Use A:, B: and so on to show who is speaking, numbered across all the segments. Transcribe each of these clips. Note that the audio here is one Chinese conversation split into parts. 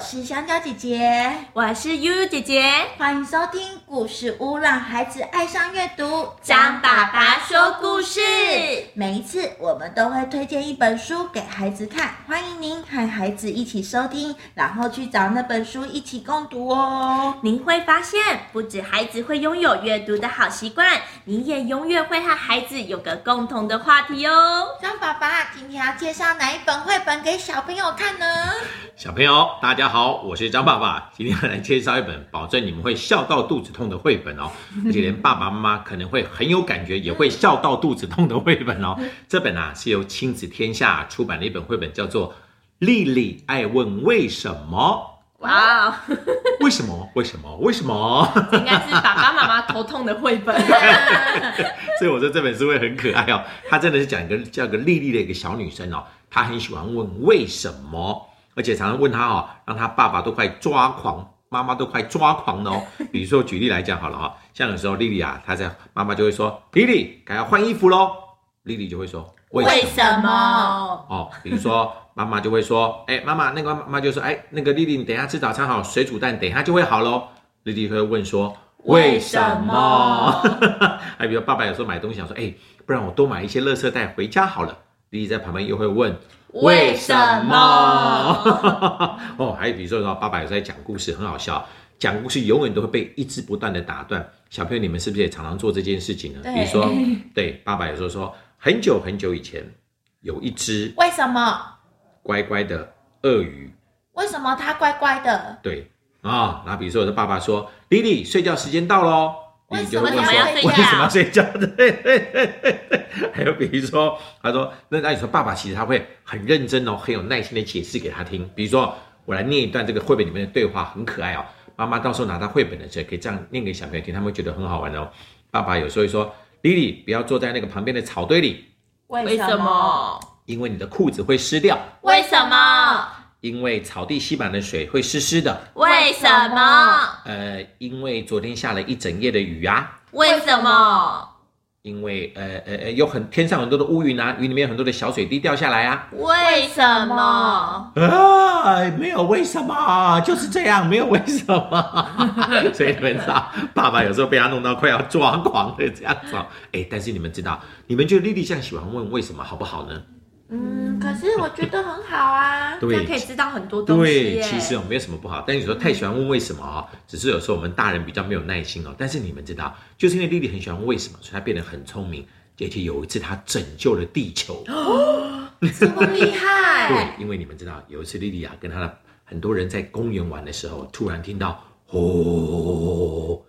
A: 是香蕉姐姐，
B: 我是悠悠姐姐，
A: 欢迎收听故事屋，让孩子爱上阅读。
B: 张爸爸说故事
A: 每一次我们都会推荐一本书给孩子看，欢迎您和孩子一起收听，然后去找那本书一起共读哦。
B: 您会发现，不止孩子会拥有阅读的好习惯，你也永远会和孩子有个共同的话题哦。
A: 张爸爸今天要介绍哪一本绘本给小朋友看呢？
C: 小朋友，大家好，我是张爸爸，今天要来介绍一本保证你们会笑到肚子痛的绘本哦，而且连爸爸妈妈可能会很有感觉，也会笑到肚子痛的绘本哦。这本啊是由亲子天下出版的一本绘本，叫做《丽丽爱问为什么》。
B: 哇哦，
C: 为什么？为什么？为什么？
B: 应该是爸爸妈妈头痛的绘本。
C: 所以我说这本书会很可爱哦。它真的是讲一个叫一个丽丽的一个小女生哦，她很喜欢问为什么，而且常常问她哦，让她爸爸都快抓狂，妈妈都快抓狂了哦。比如说举例来讲好了哈、哦，像有时候丽丽啊，她在妈妈就会说：“丽丽，该要换衣服喽。”丽丽就会说：“为什么？”
B: 什么？
C: 哦，比如说妈妈就会说，哎、妈妈，那个妈妈就说，哎、那个丽丽，你等一下吃早餐好，哦水煮蛋等一下就会好喽。丽丽会问说，
B: 为什么？
C: 还比如爸爸有时候买东西想说，哎、不然我多买一些垃圾袋回家好了。丽丽在旁边又会问，
B: 为什么？
C: 哦，还有比如说，然后爸爸有时候在讲故事，很好笑。讲故事永远都会被一直不断的打断。小朋友，你们是不是也常常做这件事情呢？
A: 对
C: 比如说，对爸爸有时候说，很久很久以前，有一只
A: 为什么？
C: 乖乖的鳄鱼，
A: 为什么它怪怪的？
C: 对啊，那、比如说我的爸爸说：“丽丽，睡觉时间到喽。”
A: 为
C: 你
A: 什
C: 就
A: 么
C: 会问
A: 你
C: 说
A: 们要：“
B: 睡觉
C: 为什么要睡觉？” 对对对对对。还有比如说，他说：“那那你说爸爸其实他会很认真哦，很有耐心的解释给他听。比如说，我来念一段这个绘本里面的对话，很可爱哦。妈妈到时候拿到绘本的时候，可以这样念给小朋友听，他们会觉得很好玩哦。爸爸有时候会说：‘丽丽，不要坐在那个旁边的草堆里，
B: 为什？么？
C: 因为你的裤子会湿掉，
B: 为什么？
C: 因为草地吸满了水会湿湿的。’
B: 为什么？
C: 呃，因为昨天下了一整夜的雨啊，
B: 为什么？
C: 因为呃呃呃有很天上很多的乌云啊，云里面有很多的小水滴掉下来啊。
B: 为什么？
C: 啊，没有为什么，就是这样，没有为什么。 所以你们知道，爸爸有时候被他弄到快要抓狂的这样子、哦。哎，但是你们知道，你们觉得莉莉这样喜欢问为什么好不好呢？
A: 嗯，可是我觉得很好啊。
B: 这样可
C: 对
B: 以。知道很多东西
C: 对，
B: 耶。
C: 其实哦没有什么不好，但是有时候太喜欢问为什么啊、只是有时候我们大人比较没有耐心哦。但是你们知道，就是因为莉莉很喜欢问为什么，所以她变得很聪明，而且有一次她拯救了地球。
B: 哦
A: 这么厉害！
C: 对，因为你们知道，有一次莉莉亚跟她的很多人在公园玩的时候，突然听到哦，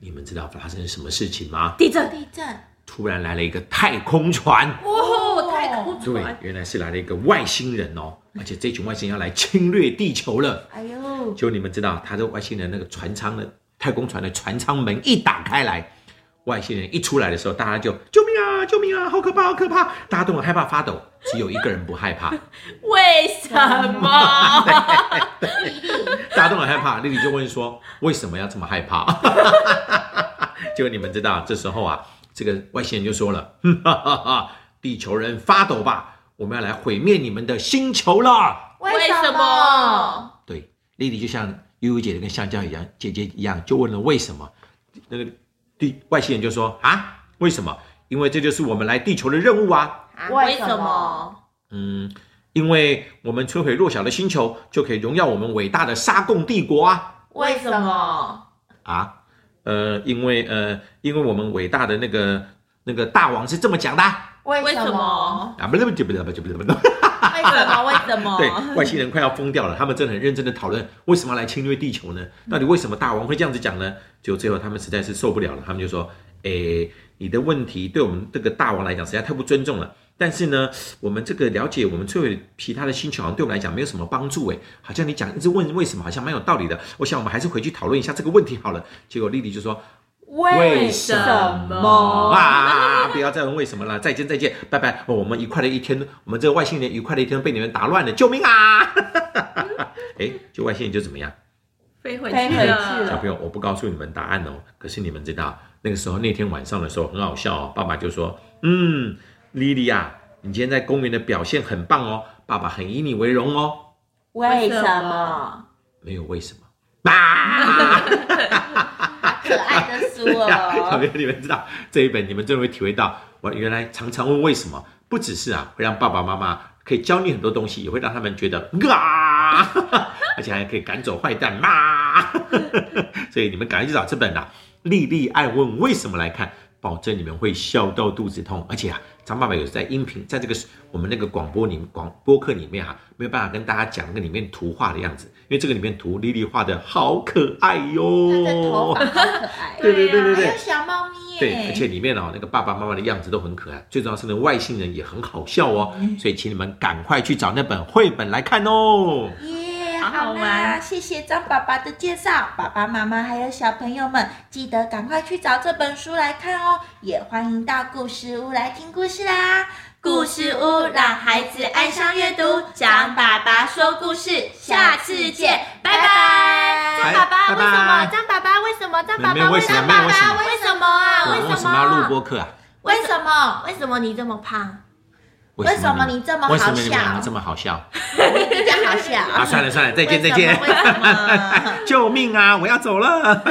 C: 你们知道发生什么事情吗？
B: 地震。
A: 地震，
C: 突然来了一个太空船。
B: 哦，太空
C: 对
B: 船，。
C: 原来是来了一个外星人哦，而且这群外星人要来侵略地球了。
A: 哎 呦，
C: 就你们知道，他的外星人那个船舱的太空船的船舱门一打开来，外星人一出来的时候，大家就救命啊，救命啊，好可怕，好可怕！大家都很害怕发抖，只有一个人不害怕，
B: 为什么？
C: 大家都很害怕。丽丽就问说：“为什么要这么害怕？” 结果你们知道，这时候啊，这个外星人就说了：“ 哈哈哈，地球人发抖吧，我们要来毁灭你们的星球了。”
B: 为什么？
C: 对，丽丽就像悠悠姐姐跟香蕉一样，姐姐一样，就问了为什么。那个地外星人就说啊，为什么？因为这就是我们来地球的任务啊。
A: 啊
B: 为什？么？
C: 嗯，因为我们摧毁弱小的星球，就可以荣耀我们伟大的沙贡帝国啊
B: 为什么？
C: 啊！呃，因为呃，因为我们伟大的那个那个大王是这么讲的啊，
A: 为
B: 为
A: 什
B: 什
A: 么？
B: 么？
C: 啊不不不不不不不不，
A: 为什么？
B: 为什么？
C: 对，外星人快要疯掉了，他们真的很认真的讨论为什么要来侵略地球呢？
B: 嗯
C: 到底为什么大王会这样子讲呢？就最后他们实在是受不了了，他们就说：“诶，你的问题对我们这个大王来讲实在太不尊重了。但是呢，我们这个了解我们摧毁其他的星球，好像对我们来讲没有什么帮助。诶，好像你讲一直问为什么，好像蛮有道理的。我想我们还是回去讨论一下这个问题好了。”结果莉莉就说：“
A: 为
B: 什么
C: 啊？不要再问为什么了，再见再见，拜拜！哦我们愉快的一天，我们这个外星人愉快的一天被你们打乱了，救命啊！ 哎，就外星人就怎么样？
B: 飞回
A: 飞
B: 去
A: 回去
C: 小
B: 了
A: 了。
C: 朋友，我不告诉你们答案哦。可是你们知道，那个时候那天晚上的时候很好笑哦。爸爸就说：“嗯，莉莉啊，你今天在公园的表现很棒哦，爸爸很以你为荣哦。
A: 为什
B: 什
A: 么？
B: 么
C: 没有为什么啊！
A: 可爱的书
C: 小
A: 哦，
C: 朋友，你们知道这一本，你们真的会体会到，我原来常常问为什么，不只是啊，会让爸爸妈妈可以教你很多东西，也会让他们觉得 啊，而且还可以赶走坏蛋嘛。 所以你们赶快去找这本啊，《莉莉爱问为什么》来看，保证你们会笑到肚子痛。而且啊，张爸爸有在音频，在这个我们那个广播里广播课里面啊，没有办法跟大家讲那个里面图画的样子，因为这个里面图莉莉画的好可爱哟。
A: 它的头发好可爱，
C: 对对对对对
A: 还有哎小猫咪耶，
C: 对，而且里面哦，那个爸爸妈妈的样子都很可爱，最重要是那个外星人也很好笑哦，所以请你们赶快去找那本绘本来看哦。
A: 耶，
B: 好好
A: 好啦，
B: 玩
A: 谢谢张爸爸的介绍，爸爸妈妈还有小朋友们，记得赶快去找这本书来看哦，也欢迎到故事屋来听故事啦。
B: 故事屋让孩子爱上阅读，张爸爸说故事，下次见，拜拜。张爸爸
C: 拜
B: 为什么？
C: 拜
B: 张爸爸为什么？张爸
C: 没有
B: 爸
C: 为
B: 为
C: 什
B: 什
C: 么
B: 么？
C: 没有
B: 张
C: 为
B: 爸爸为什
C: 什么
B: 么啊？
C: 我们为什么要录播课啊？
A: 为什 么？
B: 为什么你这么胖？
A: 为什么你这么好
C: 为什么你们两个
A: 笑
C: 这么好笑？
A: 你比较好笑。
C: 啊，算了算了，再见再
A: 为 什
C: 见
A: 么，为什么？
C: 救命啊！我要走了。